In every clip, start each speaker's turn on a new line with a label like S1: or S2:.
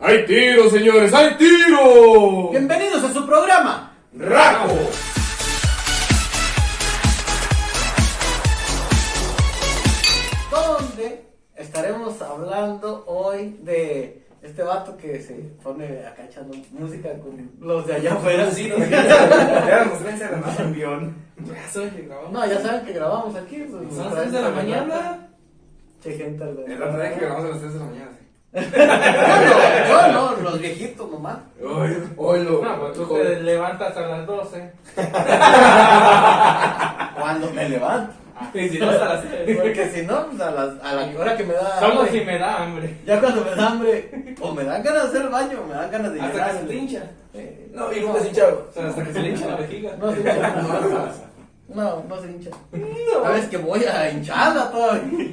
S1: ¡Hay tiro, señores! ¡Hay tiro!
S2: Bienvenidos a su programa.
S1: ¡Raco!
S2: donde estaremos hablando hoy de este vato que se pone acá echando música con los de allá afuera.
S3: Sí, nos las 3 de la mañana.
S2: avión.
S3: Ya sabes que grabamos.
S2: No, ya saben que grabamos aquí. pues,
S3: Son las 3 de la mañana.
S2: Che, gente al
S3: El otro día que grabamos a las 3 de la mañana, sí.
S2: No, no, no, los viejitos nomás.
S1: Hoy, hoy lo.
S4: No, pues tú
S1: hoy-
S4: te levantas a las 12.
S2: Cuando me levanto.
S4: Y si Ah, no, hasta las 3.
S2: Porque si no, pues, a, las- a la hora que me da.
S4: Somos si
S2: hambre,
S4: me da hambre.
S2: Ya cuando me da hambre, o me dan ganas de hacer el baño, o me dan ganas de
S4: Hasta
S2: llegar.
S4: que se te hincha.
S2: Eh,
S3: No, y nunca sí, chavo.
S4: O sea, hasta que se le hincha la vejiga.
S2: No se hincha. No, no se hincha. Sabes que voy a hincharla todavía.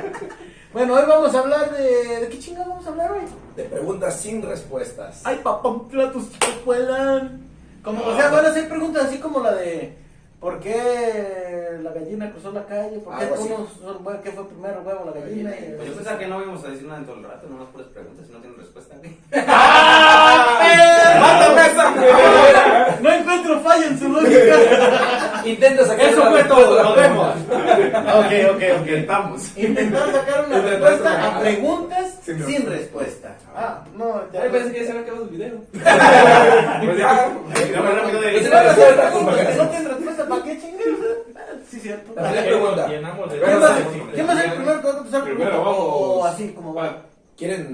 S2: bueno, hoy vamos a hablar de. ¿De qué chingados vamos a hablar hoy?
S3: De preguntas sin respuestas.
S2: Ay, papá, platos que vuelan. Como, o
S3: Ah.
S2: sea, van a hacer preguntas así como la de. ¿Por qué la gallina cruzó la calle? ¿Por qué
S3: Algo así. eh,
S2: uno son- bueno, ¿Qué fue primero, huevo, la gallina?
S5: Pues yo pensaba que no íbamos a decir nada en todo el rato, nomás puras preguntas, si no tienen respuesta.
S3: pues, ¡Mátame esa!
S2: No encuentro fallo en su lógica.
S3: Intenta sacar
S4: Eso
S3: la
S4: fue
S3: respuesta
S4: todo,
S3: de la
S4: nos
S3: pregunta.
S2: ok, ok, ok.
S5: Intentamos.
S2: Intentar sacar una
S3: Intentar
S2: respuesta
S3: sacar-
S2: a preguntas
S3: Sin
S2: sin,
S3: respuesta.
S2: respuesta. Ah, no, ya.
S4: Ay, pensé que ya se había acabado el video.
S3: Pues ya.
S5: Pues
S3: Esa
S5: si
S3: era la cierta
S2: Porque no
S3: pregunta.
S2: tienes respuesta, ¿para qué chingados? Ah, Sí, cierto.
S3: La primera pregunta.
S4: Llenamos de
S2: ¿Quién va a ser-
S3: sí,
S2: quién va a ser el primero que va a contestar la
S1: Primero,
S2: pregunta? O
S1: vamos.
S2: así, como
S4: Bueno,
S2: va.
S3: ¿Quieren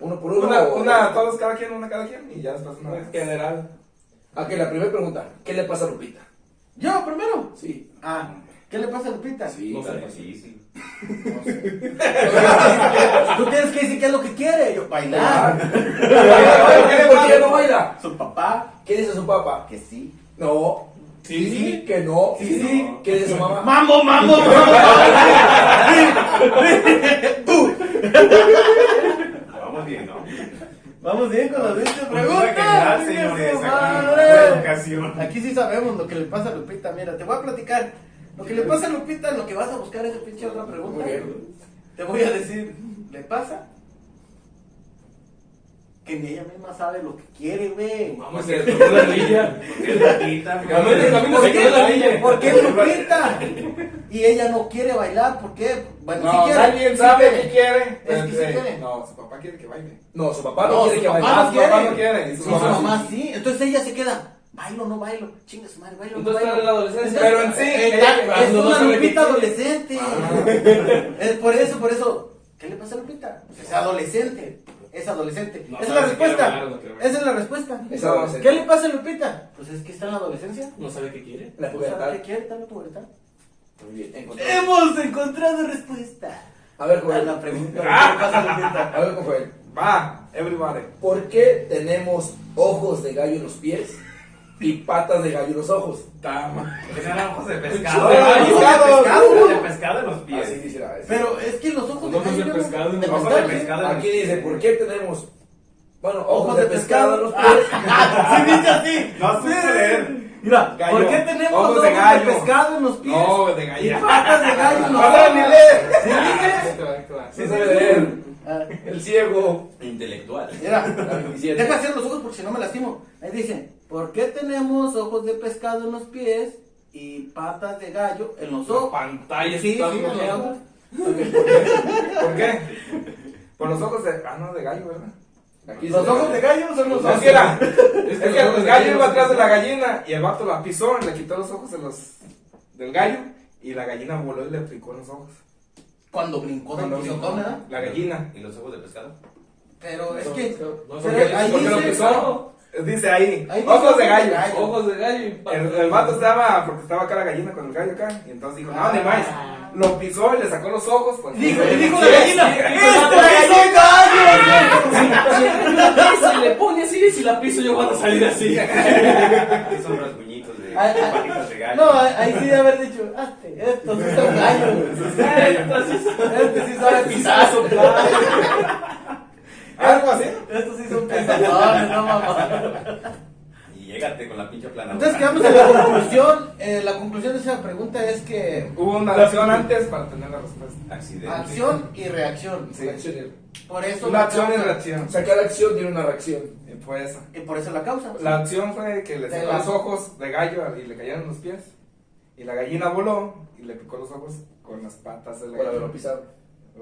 S3: uno por uno? Una, o-
S1: una-
S3: todos cada quien, una cada quien y ya después una
S4: En
S3: vez.
S4: general.
S3: Ok, Ah, la primera pregunta. ¿Qué le pasa a Lupita?
S2: ¿Yo primero?
S3: Sí.
S2: Ah, ¿qué le pasa a Lupita?
S3: Sí,
S5: No sé,
S3: claro.
S5: pues sí, sí.
S2: Tú tienes que decir qué es lo que quiere. Yo,
S3: Ah.
S2: bailar.
S3: ¿Por qué no baila?
S2: Su papá,
S3: ¿Qué dice su papá?
S2: que sí.
S3: No. Sí, sí, que no.
S2: Sí, sí.
S3: ¿Qué dice su mamá?
S2: ¡Mambo, mambo, mambo!
S5: Ah, Vamos bien, ¿no? Pues
S2: Vamos bien con las 20
S5: Pregunta
S2: preguntas.
S5: general,
S2: chingue
S5: señores,
S2: su
S5: aquí, buena
S2: madre.
S5: educación.
S2: Aquí sí sabemos lo que le pasa a Lupita. Mira, te voy a platicar. Lo que le pasa a Lupita, lo que vas a buscar es el pinche otra pregunta.
S3: Muy bien.
S2: Te voy a decir, ¿le pasa? Que ni ella misma sabe lo que quiere, güey.
S4: Vamos, se les tocó la villa.
S5: Porque es vaquita,
S4: A
S5: güey.
S4: ver, también se
S2: ¿Por
S4: quedó la
S2: qué?
S4: villa.
S2: ¿Por qué Lupita? Y ella no quiere bailar, ¿por qué? Bueno, si quiere.
S3: alguien
S2: sí
S3: sabe
S2: quiere.
S3: qué quiere.
S2: Es que sí
S3: Este,
S2: quiere.
S3: No, su papá quiere que baile. No, su papá
S2: No,
S3: no quiere
S2: su
S3: que
S2: papá
S3: baile.
S2: no
S3: Ah, su papá
S2: quiere.
S3: no quiere. Y su
S2: Sí, su
S3: mamá sí.
S2: mamá sí. Entonces ella se queda, bailo o no bailo, chinga su madre, bailo o no
S4: Entonces está en la
S2: bailo.
S4: adolescencia.
S3: Pero en sí, eh,
S2: Está-
S3: ella-
S2: es
S3: no
S2: una
S3: sabe qué
S2: Lupita
S3: quiere. Ah.
S2: adolescente. Es por eso, por eso. ¿Qué le pasa a Lupita? Pues es adolescente. Es adolescente.
S4: No
S2: Esa es la
S4: sabe si quiere
S2: respuesta.
S4: bailar o no quiere bailar.
S2: Esa es la respuesta.
S3: Es adolescente.
S2: ¿Qué le pasa a Lupita? Pues es que está en la adolescencia.
S4: No sabe qué quiere.
S3: La
S2: No sabe ¿Qué
S3: pubertad. Pues
S2: quiere? Está en la pubertad.
S3: Muy bien. encontrado.
S2: Hemos encontrado respuesta.
S3: Em, A ver,
S2: A
S3: Joel.
S2: la pregunta. ¿Qué le pasa a Lupita?
S3: A ver, Joel.
S5: Va, everybody.
S3: ¿Por qué tenemos ojos de gallo en los pies y patas de gallo en los ojos?
S5: Tama. Que sean ojos de
S3: Ojos
S5: pescado.
S3: de
S5: Ojos de
S3: pescado.
S5: pescado. ojos de pescado en los
S3: Así
S5: pies.
S3: quisiera decir.
S2: Pero es que los ojos
S4: Los ojos de
S2: gallo,
S4: pescado,
S2: de
S4: los
S5: Ojos de
S2: pescado, sí.
S5: pescado. en-
S3: Aquí dice, ¿por qué tenemos, bueno, ojos,
S2: Ojos
S3: de,
S2: de
S3: pescado en los
S2: pescado.
S3: pies?
S2: Ah, sí, dice así.
S5: No sé leer.
S2: Mira,
S5: Gallo.
S2: ¿por qué tenemos
S5: Ojos
S2: ojos
S5: de
S2: de,
S5: gallo.
S2: pescado en los pies?
S5: No, de
S2: Y
S5: gallina.
S2: patas de gallo en los
S3: ¡No sabe ni
S2: ojos.
S3: leer!
S2: ¿Sí dice?
S3: ¡No sabe leer!
S2: Ah,
S3: ¡El ciego!
S5: Intelectual.
S3: La
S2: Mira,
S3: 27.
S2: deja hacer los ojos porque si no me lastimo. Ahí dice, ¿por qué tenemos ojos de pescado en los pies y patas de gallo en los
S4: La
S2: ojos?
S4: pantalla
S2: Sí, sí,
S4: está
S2: en los ojos.
S4: bloqueada.
S3: ¿Por qué?
S1: Por los ojos de. Ah, no, de gallo, ¿verdad?
S3: Aquí
S2: Los
S3: se-
S2: ojos de gallo son los
S1: Es
S2: ojos.
S1: que era.
S4: Es
S1: Es
S4: que
S1: que
S4: los ojos
S1: el
S4: de
S1: gallo
S4: gallo
S1: iba
S4: son
S1: atrás de la
S4: los-
S1: gallina y el vato la pisó, le quitó los ojos de los, del gallo y la gallina voló y le picó en los ojos.
S2: Cuando brincó, se
S1: Cuando
S2: pisó
S1: brincó,
S2: con, ¿verdad?
S1: La gallina.
S5: ¿Y los ojos de pescado?
S2: Pero es que.
S4: No
S2: pero
S4: sabe qué
S2: ahí
S4: quiere.
S1: porque lo
S2: dice-
S1: pisó. Dice ahí,
S2: Ahí dice
S1: ojos de gallo.
S4: Ojos de gallo y
S1: El,
S4: patas.
S1: el vato estaba, porque estaba acá la gallina con el gallo acá, y entonces dijo, no, ni más. Lo pisó y le sacó los ojos. Pues,
S2: Dijo,
S1: sí,
S2: dijo
S1: sí,
S2: la gallina.
S1: sí,
S2: ¡Este es gallo!
S4: Si le pone así, si la piso yo voy a salir así.
S5: Aquí son rasguñitos de
S2: Ay, ay.
S5: patitas de gallo.
S2: No, eh. ahí ahí sí de haber dicho, hazte, estos sí son gallos. Este sí sabe pisar, soplar.
S1: Algo así.
S2: Estos sí son pensadores, no mamá.
S5: Y llégate con la pinche plana.
S2: Entonces quedamos en la conclusión. eh, la conclusión de esa pregunta es que
S1: Hubo una acción antes para tener la respuesta.
S5: Accidente.
S2: acción y reacción.
S3: Sí.
S2: Por eso
S1: Una
S2: la
S1: acción es
S2: causa-
S1: reacción.
S3: O sea, cada acción tiene una reacción.
S1: Y fue esa.
S2: eh, Por eso la causa.
S1: La acción fue que le
S2: De
S1: sacó
S2: la-
S1: los ojos de gallo y le cayeron los pies. Y la gallina voló y le picó los ojos con las patas del
S3: Por haberlo
S1: gallo.
S3: pisado.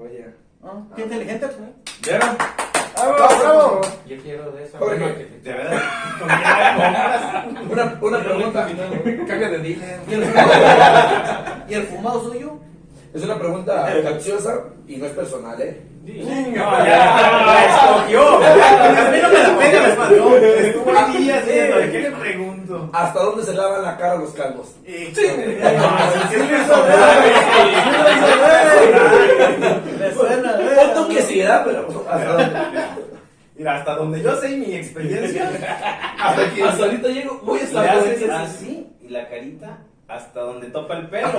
S1: Oye.
S2: Ah, Qué inteligente, güey.
S1: ¿Vieron?
S3: ¡Bravo, bravo!
S5: Yo quiero de eso.
S3: Jorge.
S5: bueno, que- De verdad. con mi alma,
S3: Una, una pregunta.
S1: Cambia de dealer.
S2: ¿Y el fumado, ¿Y el fumado soy yo?
S3: Es una pregunta capciosa y no es personal, ¿eh?
S5: No, ya la escogió. A mí no me la pega, me mandó. Estuvo ahí días viendo, ¿de ¿Qué le pregunto?
S3: ¿Hasta dónde se lavan la cara los calvos?
S2: Me suena,
S4: Eh,
S2: güey.
S3: Un toque sí, ¿verdad? Pero hasta dónde.
S5: Mira, hasta donde yo sé y mi experiencia, hasta aquí
S3: Hasta ahorita llego, voy a
S5: le
S3: estar
S5: haces así y la carita hasta donde topa el pelo.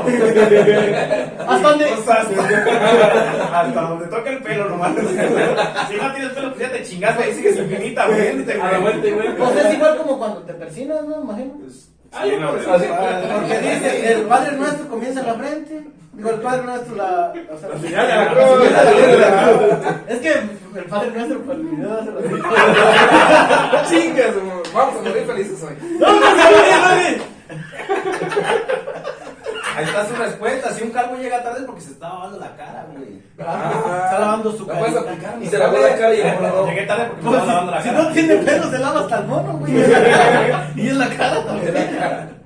S2: ¿Hasta dónde?
S5: O sea, hasta, hasta donde toca el pelo nomás. Si no tienes pelo, pues ya te chingaste ahí sigues infinita, güey.
S3: A la vuelta y vuelta.
S2: Pues es igual como cuando te persinas, ¿no? Imagino.
S5: Algo por eso.
S3: Así.
S2: Porque dice, el Padre Nuestro comienza en la frente. Digo, el Padre Nuestro la... o sea,
S5: Ya, ya,
S1: pues,
S2: es que el Padre Nuestro, pues, no se lo digo.
S3: Ah.
S1: Chingas, vamos a morir felices hoy.
S5: Ahí está su respuesta. Si un calvo llega tarde es porque se está lavando la cara, güey.
S1: Ah.
S2: Está lavando su
S3: La puedes
S2: carita.
S3: aplicar. Y se lavó la cara y el morado.
S5: Llegué tarde porque me
S2: Pues,
S5: estaba lavando la
S2: si
S5: cara.
S2: no tiene pelo, se lava hasta el mono, güey. y en la cara también.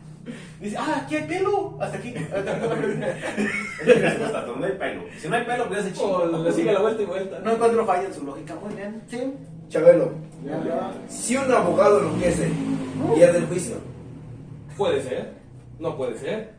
S2: Dice, ah, aquí hay pelo. Hasta aquí.
S5: Es mi respuesta, hasta donde hay pelo. Si no hay pelo, pues ya se chinga.
S4: O le sigue la vuelta y vuelta.
S2: No encuentro falla en su lógica. Muy bien, sí.
S3: Chabelo, si un abogado enloquece, pierde el juicio.
S4: Puede ser, no puede ser.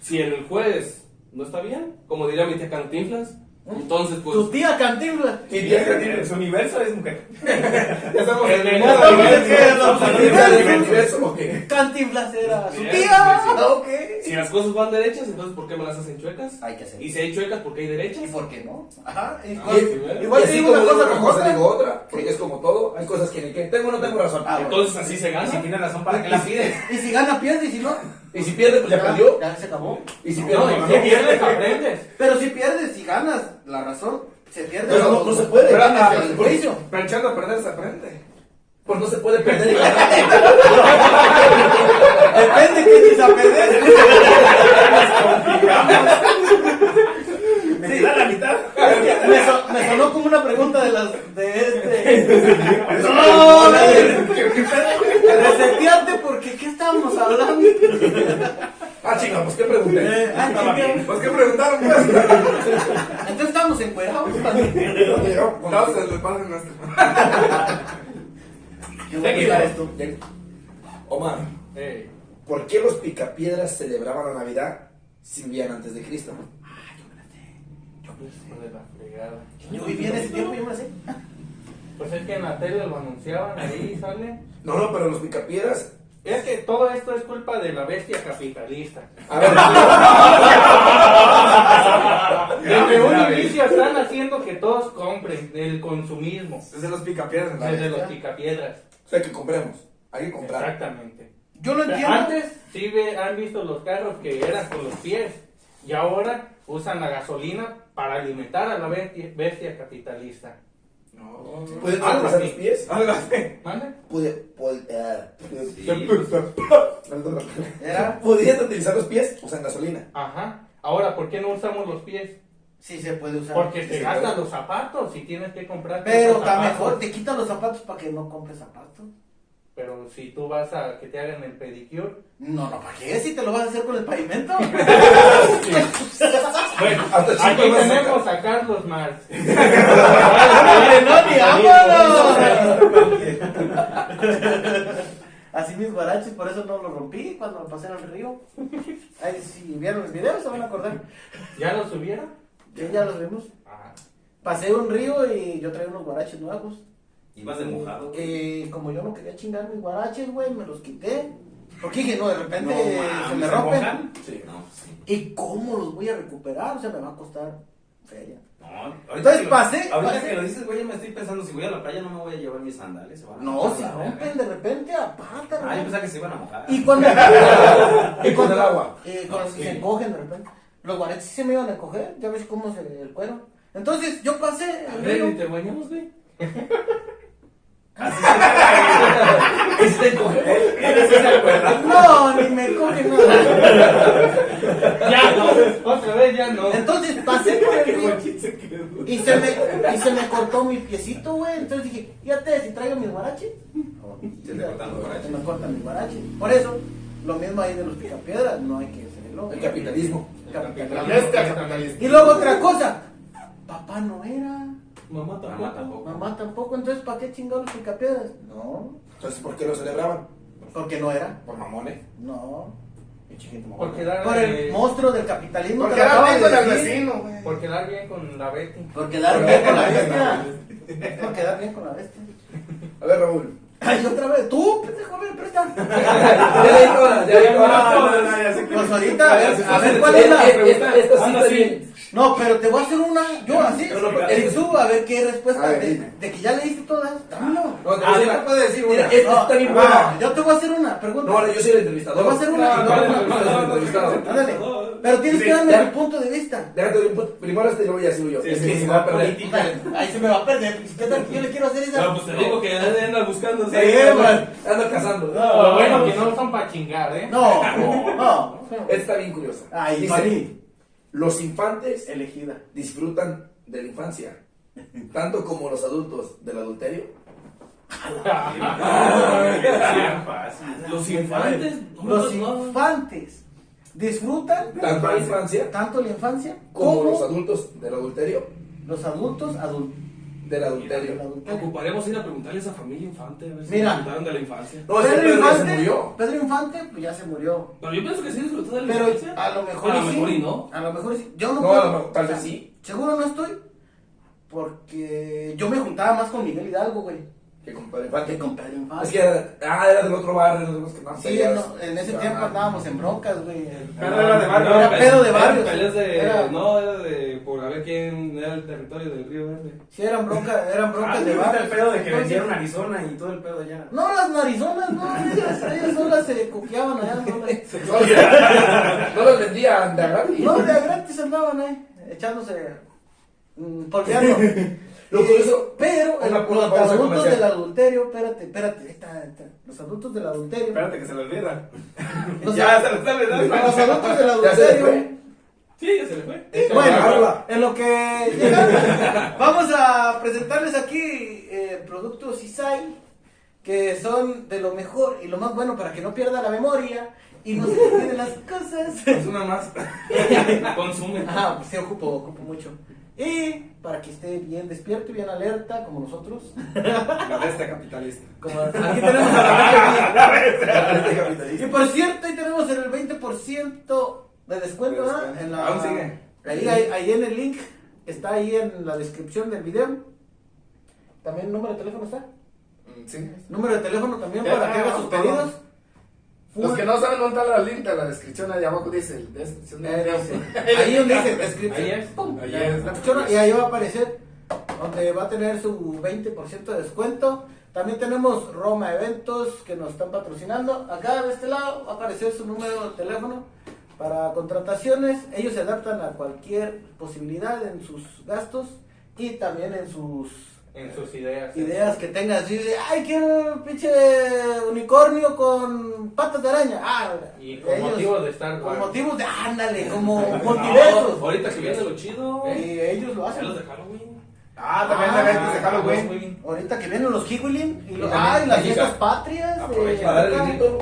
S4: Si el juez no está bien, como diría mi tía Cantinflas,
S3: ¿Eh?
S4: entonces pues.
S2: Tu tía Cantinflas.
S3: Y
S5: Y ya
S3: pierde
S5: que
S3: el
S5: tiene-
S3: juicio.
S5: Su universo es mujer.
S1: Ya estamos en el
S5: Ya
S1: mundo
S5: estamos en
S1: abierto.
S5: el cielo.
S3: universo. ok.
S2: Cantinflas era su
S4: Bien,
S2: tía. Ah,
S4: sí, sí.
S2: Ok.
S4: Si las cosas van derechas, entonces ¿por qué me las hacen chuecas?
S2: Hay que hacer.
S4: Y si hay chuecas, ¿por qué hay derechas?
S2: ¿Y por qué no? Ajá. y-
S4: Ah, sí,
S3: Y-
S2: Igual
S3: y
S2: te
S3: así
S2: digo
S3: como
S2: una
S3: digo
S2: cosa
S3: una
S2: como
S3: cosa,
S2: tal.
S3: digo otra. Porque es como todo. Hay cosas que ni que tengo o no tengo razón. Ah, bueno.
S4: Entonces así se
S5: Y
S4: gana.
S5: Si tiene razón, ¿para qué la pide?
S2: Y si gana, pierde. Y si no,
S3: Y si pierde, pues ya perdió.
S2: Ya se acabó.
S3: Y si pierde,
S4: Ah. No, y
S3: pues
S4: si
S3: no.
S4: pierdes, aprendes.
S2: Pero si pierdes, si ganas, la razón se pierde.
S3: Pero no, no se puede.
S2: Pero,
S3: Ah,
S2: el
S3: pero-
S2: juicio.
S1: Pero echando a perder se aprende.
S3: Pues no se puede perder y ganar.
S2: Depende que eches a perder.
S5: Me queda la mitad.
S2: Me, so- me sonó como una pregunta de las de este.
S5: No,
S2: No, Reseteate porque ¿qué estábamos hablando?
S3: Ah, chinga, pues qué pregunté.
S2: Eh, ah, chinga.
S1: Pues que preguntaron, pues.
S2: Entonces estábamos encuerados.
S1: Estamos en el padre nuestro.
S2: Yo voy a quitar esto.
S3: Ya- Omar,
S4: Ey.
S3: ¿por qué los picapiedras celebraban la Navidad si vivían antes de Cristo?
S4: Hijo de la fregada.
S2: Yo viví en ese tiempo, yo me sé.
S4: Pues es que en la tele lo anunciaban ahí, sale.
S3: No, no, pero los picapiedras.
S4: Es que todo esto es culpa de la bestia capitalista.
S3: A ver,
S4: Desde un inicio están haciendo que todos compren del consumismo.
S1: Desde los picapiedras. la
S4: Desde
S1: neta.
S4: los picapiedras.
S3: o sea, que compremos. Hay que comprar.
S4: Exactamente.
S2: Yo lo entiendo.
S4: Antes sí ve- han visto los carros que eran con los pies y ahora usan la gasolina para alimentar a la bestia, bestia capitalista.
S1: No.
S3: ¿Pueden
S4: Algo
S3: utilizar
S4: así.
S3: los pies?
S1: Algo así.
S4: ¿Mande?
S3: ¿Puede, puede, ah, puede-
S5: Sí,
S2: Era,
S3: ¿Podrías utilizar los pies? O sea, en gasolina.
S4: Ajá. Ahora, ¿por qué no usamos los pies?
S2: sí se puede usar.
S4: Porque te
S3: sí,
S4: gastas
S3: claro.
S4: los zapatos y tienes que comprar.
S2: Pero
S4: esos
S2: está
S4: zapatos.
S2: mejor, te quitan los zapatos para que no compres zapatos.
S4: Pero si tú vas a que te hagan el pedicure.
S2: No, no, ¿para qué? Si te lo vas a hacer con el pavimento.
S4: Bueno,
S3: Hasta el
S4: aquí
S3: chico lo saca.
S4: tenemos a Carlos Marx.
S2: no, ni Así mis guaraches, por eso no los rompí cuando me pasé al río. Ahí, si vieron el video se van a acordar.
S4: ¿Ya lo subieron?
S2: Ya, ya los vimos.
S3: Ah,
S4: Ajá.
S2: Pasé un río y yo traía unos guaraches nuevos.
S5: Ibas de mojado.
S2: Eh, como yo no quería chingar mis guaraches, güey, me los quité. Porque dije, no, de repente
S5: mames,
S2: se me rompen.
S5: mojan?
S3: Sí.
S5: No, sí.
S2: ¿Y cómo los voy a recuperar? O sea, me va a costar feria.
S5: No, ahorita
S2: Entonces,
S5: que lo-
S2: pasé,
S5: Ahorita
S2: pasé.
S5: que lo dices, güey, ya me estoy pensando, si voy a la playa no me voy a llevar mis sandales. se van a
S2: No,
S5: mojar,
S2: se
S5: Ah, pues, la
S2: rompen
S5: verga.
S2: de repente a pata,
S5: Ah, yo
S2: güey.
S5: pensaba que se iban a mojar.
S2: Y cuando.
S3: Y con el agua.
S2: Eh, cuando
S5: Ah, sí.
S2: se encogen de repente. Los guaretes sí se me iban a encoger, ya ves cómo se el cuero. Entonces yo pasé
S4: A
S2: el
S4: ver,
S2: río.
S4: ni te bañamos, güey.
S3: Este coge.
S2: No, ni me coge nada.
S4: Ya no, otra vez ya no.
S2: Entonces pasé por el río
S1: se quedó.
S2: y se me, y se me cortó mi piecito, güey. Entonces dije, fíjate, si traigo mi guarache.
S1: Se te cortan los guaraches.
S2: Se me cortan mis guaraches. Por eso, lo mismo ahí de los picapiedras, no hay que hacerlo.
S3: El capitalismo.
S2: El
S1: La
S2: capitalismo.
S1: mezcla capitalista.
S2: Y luego otra cosa, papá no era,
S4: Mamá
S1: Mamá
S4: tampoco.
S1: tampoco.
S2: mamá tampoco, entonces ¿para qué chingados los picapiedras? No,
S3: Entonces, ¿por qué lo celebraban?
S2: porque no era.
S3: Por mamones.
S2: No.
S3: Pinche gente mamona.
S5: Por quedar,
S2: Por el
S5: eh,
S2: monstruo del capitalismo.
S5: por
S2: que lo
S5: quedar
S2: acabo
S5: bien
S2: de
S5: con el
S2: decir.
S5: vecino, güey. Por quedar bien con la Betty.
S2: Por quedar bien con la bestia. Por quedar bien con la bestia.
S3: A ver, Raúl.
S2: Ay, otra vez, tú, pendejo, a ver, presta.
S3: Ya le di todas, ya le "Ah, di
S4: "Ah,
S3: todas.
S2: Pues ahorita, a ver, a ver cuál es la.
S3: Eh, eh, esta- esta sí
S4: Anda
S3: está
S4: así.
S3: bien.
S2: No, pero te voy a hacer una, yo así,
S3: No, no, pero-
S2: y tú a ver qué
S3: A
S2: respuesta,
S3: ver,
S2: de,
S3: dime.
S2: de que ya le diste todas, dámelo.
S3: No, te voy
S1: ah,
S3: a
S5: A
S3: decir
S5: ver,
S3: una-
S5: te puedo decir
S3: Mira,
S5: una.
S3: Ah, esta está bien
S2: no,
S3: buena.
S2: yo te voy a hacer una, pregunta.
S3: No, yo Ah, soy el
S2: te
S3: entrevistador.
S2: voy a hacer una,
S4: No,
S2: no,
S4: vale,
S2: no,
S4: vale,
S3: Soy el
S4: vale.
S3: entrevistador.
S2: ándale. pero tienes que
S5: Sí,
S2: darme
S3: ya.
S2: tu punto de vista.
S3: Déjate de un pu- primero este y luego ya sigo yo.
S5: Sí,
S3: Es
S5: sí,
S3: que
S5: sí,
S3: se va a
S5: sí,
S3: perder.
S5: política.
S2: Ahí se me va a perder, pues, ¿qué tal que yo le quiero hacer esa?
S4: Pero pues te digo que anda buscando.
S2: Sí, güey.
S3: Ando cazando.
S2: No.
S5: Lo bueno que no están para chingar, ¿eh?
S2: No, no,
S3: Esta está bien curiosa.
S2: Ay,
S3: Dice,
S2: Mari.
S3: los infantes
S2: Elegida.
S3: disfrutan de la infancia, tanto como los adultos del adulterio.
S4: Los infantes.
S2: Los
S4: no.
S2: infantes disfrutan
S3: Tanto la infancia
S2: tanto la infancia
S3: como los
S2: como
S3: adultos del adulterio.
S2: los adultos adultos.
S3: Del adulterio.
S4: Ocuparemos ir a preguntarle a esa familia infante a ver si
S2: Mira.
S4: disfrutaron de la infancia.
S3: No, es que
S2: Pedro
S3: Pedro ya se
S2: Infante,
S3: murió.
S2: Pedro Infante, pues ya se murió.
S4: Pero yo pienso que sí disfrutó de la
S2: Pero
S4: infancia.
S2: a lo mejor,
S4: A
S2: y
S4: lo
S2: sí,
S4: mejor y no.
S2: A lo mejor y sí. Yo no,
S3: No,
S2: puedo-
S3: a lo mejor- tal vez sí.
S2: Seguro no estoy. Porque yo me juntaba más con Miguel Hidalgo, güey.
S3: Que con Pedro
S2: Que
S3: Infante.
S2: con Pedro Infante.
S3: Es que era, ah, era del otro barrio, de los otros que no
S2: Sí,
S3: peleas.
S2: no, en ese
S3: Ah,
S2: tiempo andábamos en broncas, güey.
S5: Pedro era de barrio.
S2: Era pedo de
S4: eran
S2: barrio.
S4: peleas de-
S2: Era-
S4: No, era de. Por a ver quién era el territorio del Río Verde.
S2: Sí, eran broncas, eran broncas
S5: Ah,
S2: de
S5: ¿te gusta
S2: barrio.
S5: el pedo de que
S2: Entonces,
S5: vendieron Arizona y todo el pedo allá.
S2: No, las narizonas, no, ellas, ellas solas se coqueaban allá, no, le-
S3: No los vendían de agrario.
S2: no, de a gratis andaban, eh, echándose, mm, polveando.
S3: Lo
S2: Eh,
S3: curioso-
S2: pero el-
S3: Una
S2: los
S3: puta pausa
S2: adultos
S3: comercial.
S2: del adulterio, espérate, espérate, está, está, los adultos del adulterio,
S5: Espérate que se lo olvida.
S2: los,
S5: Ya se lo sabe,
S2: los
S5: ¿no?
S2: adultos del
S3: Ya se le
S2: adulterio,
S3: fue.
S4: Sí, ya se le fue.
S3: Es que
S2: Bueno,
S3: habla.
S2: en lo que llega, vamos a presentarles aquí eh, productos Isai, que son de lo mejor y lo más bueno para que no pierda la memoria y no se le olviden las cosas.
S1: Es una más.
S4: Consume.
S2: Ajá, pues sí, ocupo, ocupo mucho. Y para que esté bien despierto y bien alerta, como nosotros.
S1: La bestia capitalista.
S2: Como aquí tenemos a la
S3: Este
S2: Y
S3: capitalista.
S2: por cierto, ahí tenemos el 20% de descuento, ¿verdad? En la-
S1: Aún sigue.
S2: Ahí, ahí, ahí en el link, está ahí en la descripción del video. También el número de teléfono está.
S1: Mm, Sí.
S2: Número de teléfono también
S5: Ya,
S2: para
S5: ya,
S2: que haga
S5: vamos
S2: sus
S5: todo.
S2: pedidos.
S1: Los que no saben dónde está la link de la descripción, ahí abajo dice el
S3: este-
S1: descripción del
S2: Eh,
S1: video.
S2: dice, ahí donde dice descripción.
S4: Ahí es.
S2: Pum,
S1: Ahí
S2: la-
S1: es.
S2: la pichona, y ahí va a aparecer donde va a tener su 20% de descuento. También tenemos Roma Eventos que nos están patrocinando. Acá de este lado va a aparecer su número de teléfono para contrataciones. Ellos se adaptan a cualquier posibilidad en sus gastos y también en sus
S5: En sus ideas.
S2: ideas que tengas. Dice, ay, quiero un pinche unicornio con patas de araña. Ah,
S5: Y con motivos de Star
S2: Con
S5: Wars.
S2: motivos de, ándale, como
S4: No,
S2: multiversos.
S4: Ah, ahorita que viene lo chido.
S2: Y ellos lo
S4: Ya los
S2: hacen.
S4: de Halloween.
S5: Ah, también la gente se jaló, güey.
S2: Ahorita que vienen los Kiwilin y, los,
S1: Y también
S2: ay, las
S1: México.
S2: fiestas patrias. eh,
S1: Aprovecha
S3: Para dar el
S2: acá,
S3: grito,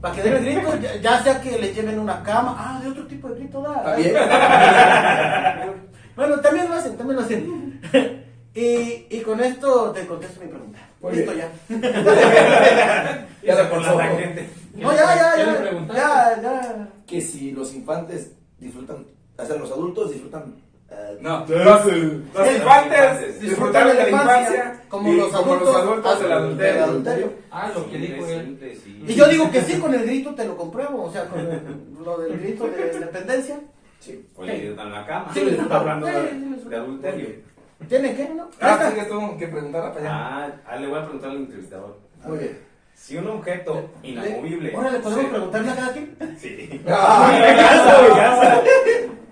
S2: para que den el grito, ya, ya sea que le lleven una cama. Ah, de otro tipo de grito, da.
S3: está bien.
S2: Bueno, también lo hacen, también lo hacen. y, y con esto te contesto mi pregunta.
S3: Muy
S2: Listo ya.
S3: Ya la
S5: Por
S3: pasó.
S5: la gente.
S2: No, ya, ya,
S4: ¿Ya le
S2: ya. Ya,
S4: preguntaste?
S2: ya. ya.
S3: que si los infantes disfrutan, o sea, los adultos disfrutan. eh,
S1: No, los, los infantes disfrutaron de la infancia
S2: como
S1: y
S2: los
S1: como
S2: adultos,
S1: adultos del
S2: del
S1: adulterio.
S2: adulterio.
S4: Ah, lo que dijo él.
S2: Y yo digo que sí, con el grito te lo compruebo, o sea, con el- lo del grito de independencia.
S3: sí.
S6: Oye, en la
S5: Ah,
S6: cama.
S2: Sí, les-
S6: hablando
S2: sí, sí, les-
S6: de, de adulterio.
S2: ¿Tiene que, no?
S1: Ah, sí, que tú que preguntara para allá.
S6: Ah, ah, le voy a preguntar al entrevistador.
S3: Muy bien.
S6: Si un objeto inamovible.
S2: pues Ahora le podemos
S6: se-
S5: Ah.
S2: preguntarle a cada quien.
S6: Sí.
S3: Ah,
S6: Ya, ya, ya.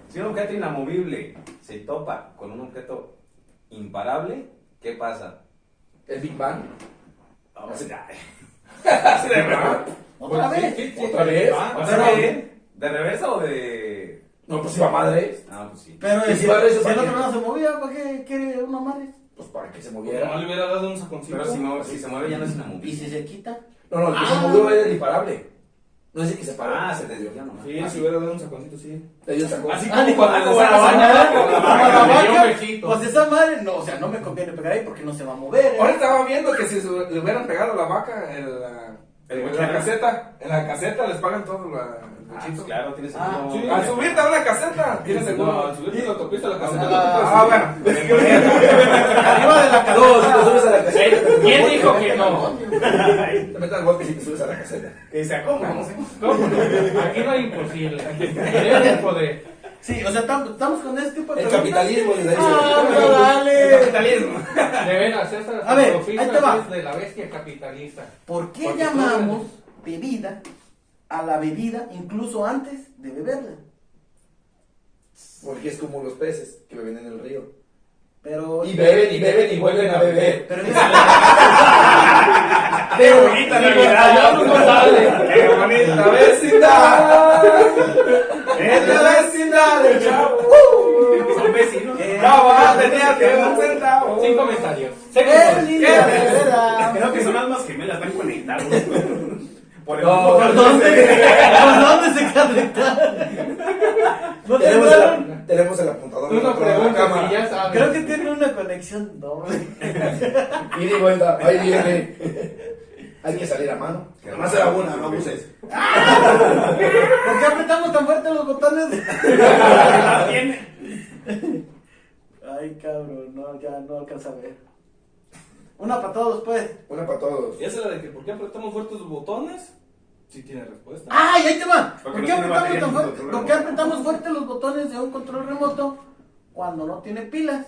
S6: Si un objeto inamovible se topa con un objeto imparable, ¿qué pasa?
S3: El Big Bang.
S6: Vamos a
S2: Otra
S3: Pues,
S2: vez.
S3: sí, sí, Otra vez.
S6: Ah,
S3: O
S6: o
S3: sea,
S6: sea, ¿de, de reversa o de.?
S3: No, pues iba madre.
S6: Ah, pues sí.
S2: Pero
S3: ¿Y
S2: eh,
S3: si
S2: si,
S3: va a regresar
S2: si el
S3: para
S2: otro
S3: qué?
S2: no se movía, ¿para qué quiere uno más?
S3: Pues para que se
S4: No le
S3: moviera.
S4: hubiera dado un saconcito.
S6: Pero si, mo- si se mueve ya no es
S2: ¿Y
S6: inamovible.
S2: si se quita?
S3: No, no, el que
S2: Ah.
S3: se movió era el imparable. No es el que se paró.
S6: Ah, se desvió nomás.
S4: Sí,
S6: Ah,
S4: si hubiera dado un saconcito, sí.
S3: Le dio un sacón.
S4: Así
S2: Ah, ni
S4: como cuando
S2: cuando la
S4: le sacas
S2: vaca,
S4: una
S5: Ah,
S4: vaca,
S2: como
S4: la
S2: la
S4: vaca, le dio
S2: vaca.
S4: un pejito.
S2: Pues esa madre, no, o sea, no me conviene pegar ahí porque no se va a mover. ¿eh?
S1: Ahora estaba viendo que si se le hubieran pegado la vaca en la, en la caseta, en la caseta les pagan todo la, el
S6: Ah,
S1: cochito.
S6: pues claro, tiene
S2: Ah,
S6: sentido.
S4: sí.
S1: Al subirte a una caseta, tienes
S4: No,
S1: seguro.
S4: al subirte a la autopista, la caseta
S1: Ah,
S4: no te
S1: bueno.
S2: Arriba de la
S3: No, si te subes a la
S4: puedes
S3: caseta.
S4: subir. ¿Quién dijo que no?
S3: Te metes al bote si te subes a la caseta.
S6: Que se acomoda.
S4: ¿Cómo? Aquí no hay imposible. Debes poder.
S2: Sí, o sea, tam- estamos con este tipo de
S3: El
S2: preguntas.
S3: capitalismo desde ahí se
S2: Ah,
S3: ve.
S2: no, dale.
S4: De veras, esta
S2: A ver,
S4: autopista
S2: ahí te va.
S4: es de la bestia capitalista.
S2: ¿Por qué
S4: Porque
S2: llamamos bebida a la bebida incluso antes de beberla?
S3: Porque es como los peces que beben en el río.
S2: Pero.
S3: Y beben y beben y vuelven a beber.
S2: Pero es-
S3: ¡Qué
S6: bonita Navidad!
S1: ¡Qué bonita vecindad! ¡Es la vecindad del chavo!
S6: Son vecinos.
S2: Eh,
S1: ¡Bravo! ¡Tenía que un centavo!
S4: Sin comentarios. pues,
S2: es
S4: Seguimos.
S2: linda bebera.
S6: Creo que son almas gemelas, están conectados. Por el
S3: No,
S6: mismo
S2: ¿Por
S6: cable.
S2: dónde? ¿Por dónde se conectaron? ¿No
S3: Tenemos
S2: tendrán?
S3: el, tenemos el apuntador.
S4: Tú no
S3: Otra
S4: preguntas
S3: cámara.
S4: si ya sabes.
S2: Creo que tiene una conexión doble.
S3: Y de vuelta, ahí viene. Hay que salir a mano. Nomás era una, no abuses.
S2: ¿Por qué apretamos tan fuerte los botones?
S6: La tiene.
S2: Ay, cabrón, no, ya no alcanza a ver. Una para todos, pues.
S3: Una para todos.
S4: Y esa es la de que, ¿por qué apretamos fuertes los botones? Sí tiene respuesta.
S2: ¡Ay, ahí te va! ¿Por
S6: Porque
S2: qué,
S6: no tiene
S2: apretamos
S6: batería en
S2: tan fuerte,
S6: tu control
S2: por qué
S6: remoto?
S2: apretamos fuerte los botones de un control remoto cuando no tiene pilas?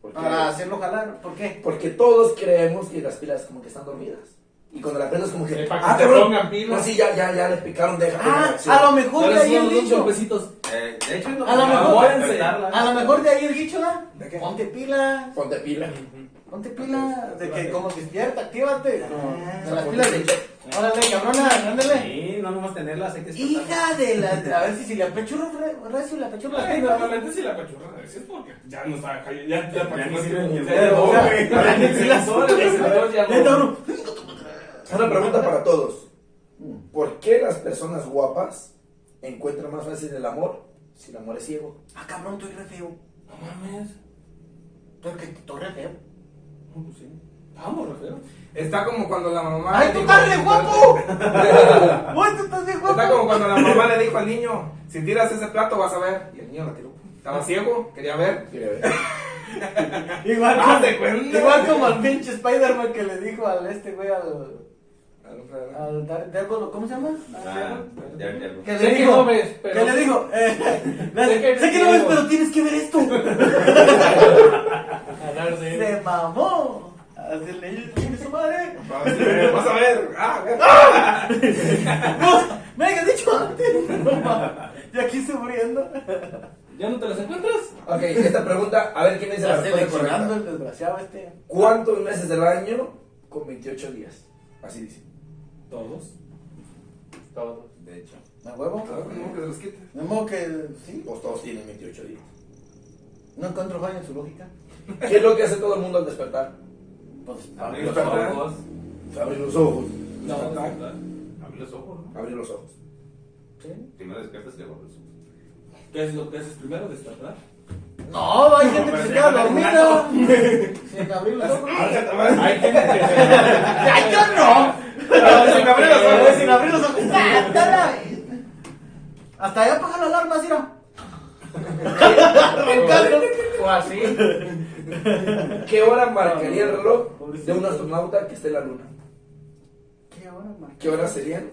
S3: Porque,
S2: Para hacerlo jalar. ¿Por qué?
S3: porque todos creemos que las pilas como que están dormidas. Y cuando la prendes como que.
S4: Eh, para que te
S3: cabrón.
S4: pongan pilas.
S3: No, sí, ya, ya, ya le picaron, deja.
S2: Ah,
S3: deja, sí.
S2: a lo mejor de
S4: Ahora sí,
S2: ahí el
S4: unos dos
S2: dicho.
S4: golpecitos.
S6: Eh, de hecho, es lo
S2: A lo
S6: que-
S2: mejor-
S6: Ahora,
S5: pues,
S2: A lo mejor de ahí el dicho, ¿da?
S1: ¿De qué?
S2: Ponte pila,
S3: Ponte pila.
S2: ponte pila. De que como que despierta, actívate. Como de las
S3: ponte
S2: pilas de. Órale, cabrona, ándale.
S6: Sí, no nomás tenerlas, hay que explotarlas.
S2: Hija de la. A ver si si le apechurro re- recio, le apechurro
S4: Ay,
S2: recio.
S4: normalmente si la cachurra es porque ya no está cayendo, ya, ya, para
S6: Ya
S4: qué
S6: no
S4: más
S6: sirve
S4: que-
S6: ni de
S4: ya no,
S6: verbo,
S4: ya-
S6: güey.
S4: ya ni se las horas, el señor ya no.
S2: Neta, bro.
S3: Una pregunta para todos. ¿Por qué las personas guapas encuentran más fácil el amor si el amor es ciego?
S2: Ah, cabrón, estoy re feo.
S4: No mames.
S2: Estoy que- estoy re feo.
S4: No, pues sí. Vamos, Rafael.
S1: Está como cuando la mamá.
S2: ¡Ay,
S1: le
S2: tú
S1: dijo-
S2: estás re guapo! ¡Ay, tú estás bien
S1: Está como
S2: guapo!
S1: cuando la mamá le dijo al niño: Si tiras ese plato vas a ver. Y el niño la tiró. Estaba ciego, quería ver.
S2: Igual,
S4: Ah,
S1: Hazte cuenta.
S2: igual como al pinche Spider-Man que le dijo al este güey, al,
S1: Ah, Alfredo.
S2: al Daredevil, ¿cómo se llama?
S6: Ah, ya, ya.
S2: Que
S4: Sé
S2: le
S4: que
S2: dijo,
S4: no ves, pero-
S2: que le dijo, eh, le hace,
S4: Sé que
S2: sé,
S4: no
S2: que no ves,
S4: quiero".
S2: pero tienes que ver esto.
S4: A dar de
S2: Se mamó. Así le dijo su madre.
S1: Vas a ver. Ah, ver.
S2: No, me habías dicho antes. No, ma, yo aquí sufriendo.
S4: ¿Ya no te las encuentras?
S3: Ok, esta pregunta, a ver quién dice la
S2: Está
S3: respuesta
S2: seleccionando
S3: correcta.
S2: el desgraciado este.
S3: ¿Cuántos meses del año con 28 días? Así dice.
S4: Todos. Todos.
S6: De hecho.
S2: ¿A huevo?
S1: ¿Cómo que se los quita?
S2: De modo que, sí,
S3: Pues todos tienen 28 días.
S2: no encuentro fallo en su lógica.
S3: ¿Qué es lo que hace todo el mundo al despertar?
S2: Pues,
S6: Abrir los ojos.
S3: Abrir los ojos.
S4: No,
S6: Abrir los ojos, ¿no?
S3: Abrir los ojos.
S2: ¿sí?
S6: Primero despiertas y luego abres los ojos.
S4: ¿Qué es lo que haces primero? Despertar.
S2: No, hay
S6: No,
S2: gente que
S6: pero
S2: se
S6: se
S2: queda
S6: queda
S2: dormida. Sin abrir los ojos.
S4: Hay gente que
S2: ¡Ay, yo no!
S1: Sin abrir los ojos.
S2: Sin abrir los ojos. ¡Hasta la vez! Hasta allá apaga la alarma, Cira. Arrancando.
S4: O así.
S3: ¿Qué hora marcaría el reloj de un astronauta que esté en la luna?
S2: ¿Qué hora, man?
S3: ¿Qué hora serían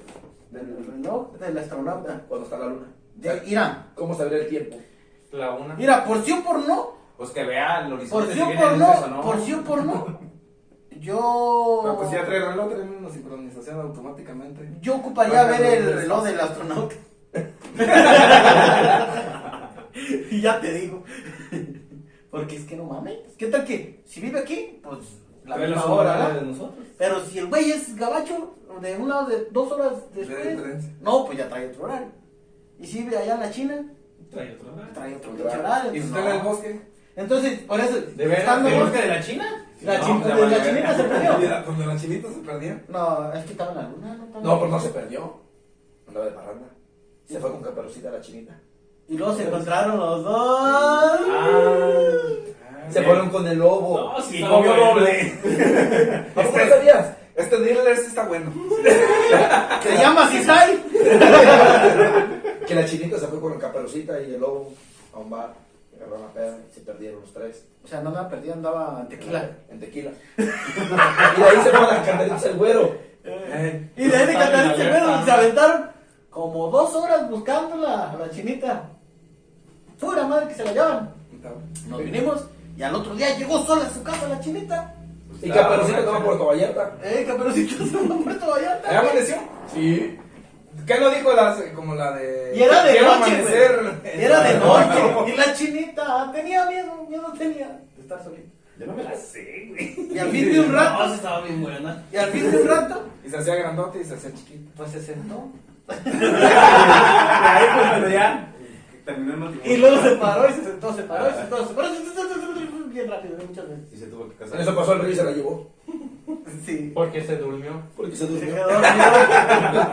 S2: Del reloj del astronauta.
S3: cuando está la luna?
S2: De Irán.
S3: ¿Cómo sabría el tiempo?
S4: La una.
S2: Mira, por sí o por no,
S6: Pues que vea el
S2: por
S6: horizonte.
S2: sí
S6: si
S2: o
S6: viene
S2: por
S6: luces o
S2: no, por sí o por no, yo...
S1: No, pues ya trae reloj, trae una sincronización automáticamente.
S2: Yo ocuparía
S1: Bueno,
S2: ver el
S1: no, no.
S2: reloj del astronauta. Y ya te digo. Porque es que no mames. ¿Qué tal que si vive aquí, pues la
S4: Pero
S2: misma
S4: ahora,
S2: hora, ¿verdad?
S4: de nosotros.
S2: Pero si el güey es gabacho, de una de dos horas después,
S1: diferencia.
S2: no, pues ya trae otro horario. Y si vive allá en la China, pues
S4: Trae otro lado.
S2: trae otro
S3: Otro
S2: pinche
S3: horario.
S2: horario. pues
S1: ¿Y si
S2: no.
S1: está en el bosque?
S2: Entonces, por eso,
S4: ¿De veras?
S2: estando-
S4: ¿De
S5: de la China?
S2: la,
S4: No,
S2: chin-
S4: te
S2: de
S4: vale
S2: la chinita se perdió.
S1: Mira, Cuando las chinitas se perdían.
S2: No, es que estaba en la luna, no estaba en
S3: No,
S2: la
S3: pero no se
S2: luna.
S3: perdió. Andaba de parranda. Se fue con caperucita a la chinita.
S2: Y luego se encontraron los dos.
S5: Ah,
S3: Se fueron con el lobo.
S4: No, sí,
S5: Y
S4: está
S5: comió
S4: bueno.
S5: doble.
S3: ¿A poco no sabías?
S1: Este dealer sí está bueno.
S2: Se llama Cisai.
S3: Que la chinita se fue con caperucita y el lobo a un bar. Agarraron la peda y se perdieron los tres.
S2: O sea, no me perdí, andaba en tequila.
S3: En tequila. y de ahí se fue a la candelita el güero.
S1: Eh,
S2: Y de ahí de
S4: Está bien
S2: Catalán se fueron,
S4: abierta.
S2: se aventaron como dos horas buscándola a la chinita. Pura madre que se la llevan.
S1: está bueno.
S2: Nos vinimos y al otro día llegó sola a su casa la chinita.
S3: Y caperucita estaba por Caballerta.
S2: Eh, caperucito se fue a Puerto
S1: ¿Ya
S2: Vallarta.
S1: amaneció? Sí. ¿Qué no dijo las, como la de...
S2: Y era de
S1: Quiero
S2: noche,
S1: amanecer.
S2: güey. Y era de noche. Y la chinita tenía miedo, miedo tenía de estar solita.
S6: Yo no me la
S5: Sí, güey.
S2: Y al fin de un
S5: No,
S2: rato,
S5: sí estaba bien buena.
S2: y al fin de un rato,
S1: Y se hacía grandote y se hacía chiquito.
S2: pues se sentó.
S5: Ahí pues cuando ya terminó el matrimonio.
S2: Y luego se paró y se sentó, se paró y se sentó, se paró y se sentó, se sentó, se sentó, bien rápido, muchas veces.
S6: Y se tuvo que
S3: En
S6: casar.
S3: eso pasó el río y se la llevó.
S2: Sí.
S4: Porque se durmió.
S3: Porque se
S2: Se
S3: durmió.
S2: quedó dormido.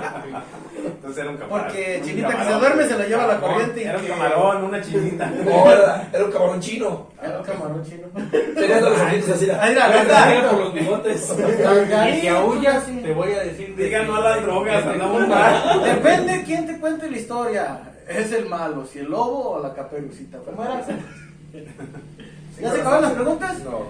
S5: Entonces era un camarón.
S2: Porque
S5: Ah, Un
S2: chinita que se
S5: camarón.
S2: duerme se la lleva la
S5: Camarón.
S2: corriente. y
S5: Era un
S2: que-
S5: camarón, una chinita.
S3: No, era, era un camarón chino.
S2: Era un camarón chino.
S3: Tenía todos los ojitos así.
S2: Ahí
S3: era.
S2: la
S4: Mira
S2: verdad.
S4: por los bigotes.
S2: Garganta,
S4: Y si aullas,
S2: sí.
S4: te voy a decir. de-
S5: Digan no a las drogas,
S4: de-
S5: andamos mal.
S2: Ah, Depende quién te cuente la historia. Es el malo, si el lobo o la caperucita. ¿Cómo era? ¿Ya se acabaron las preguntas?
S3: No.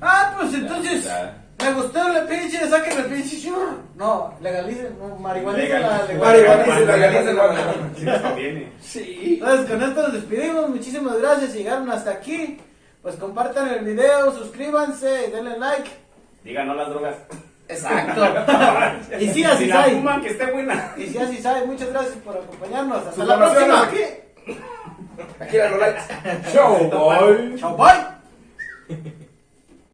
S2: Ah, pues entonces.
S6: Ya.
S2: Me gustó la pinche, saquen la pinche. shur. No, legalicen, no, marihuanicen la
S5: Legal.
S3: Marihuana y se
S2: legalicen.
S3: la ganó, se la ganó.
S5: Sí, no viene.
S2: Entonces con esto nos despedimos, muchísimas gracias, si llegaron hasta aquí. Pues compartan el video, suscríbanse, y denle like.
S5: Digan no a las drogas.
S2: Exacto. y sí, así
S5: Si la
S2: sabe.
S5: fuman, que esté buena.
S2: Y sí, así sabe. Muchas gracias por acompañarnos. Hasta
S1: Sus
S2: la
S1: donaciones
S2: próxima.
S1: aquí.
S3: Aquí eran los likes. Chau, boy.
S2: Chao, bye.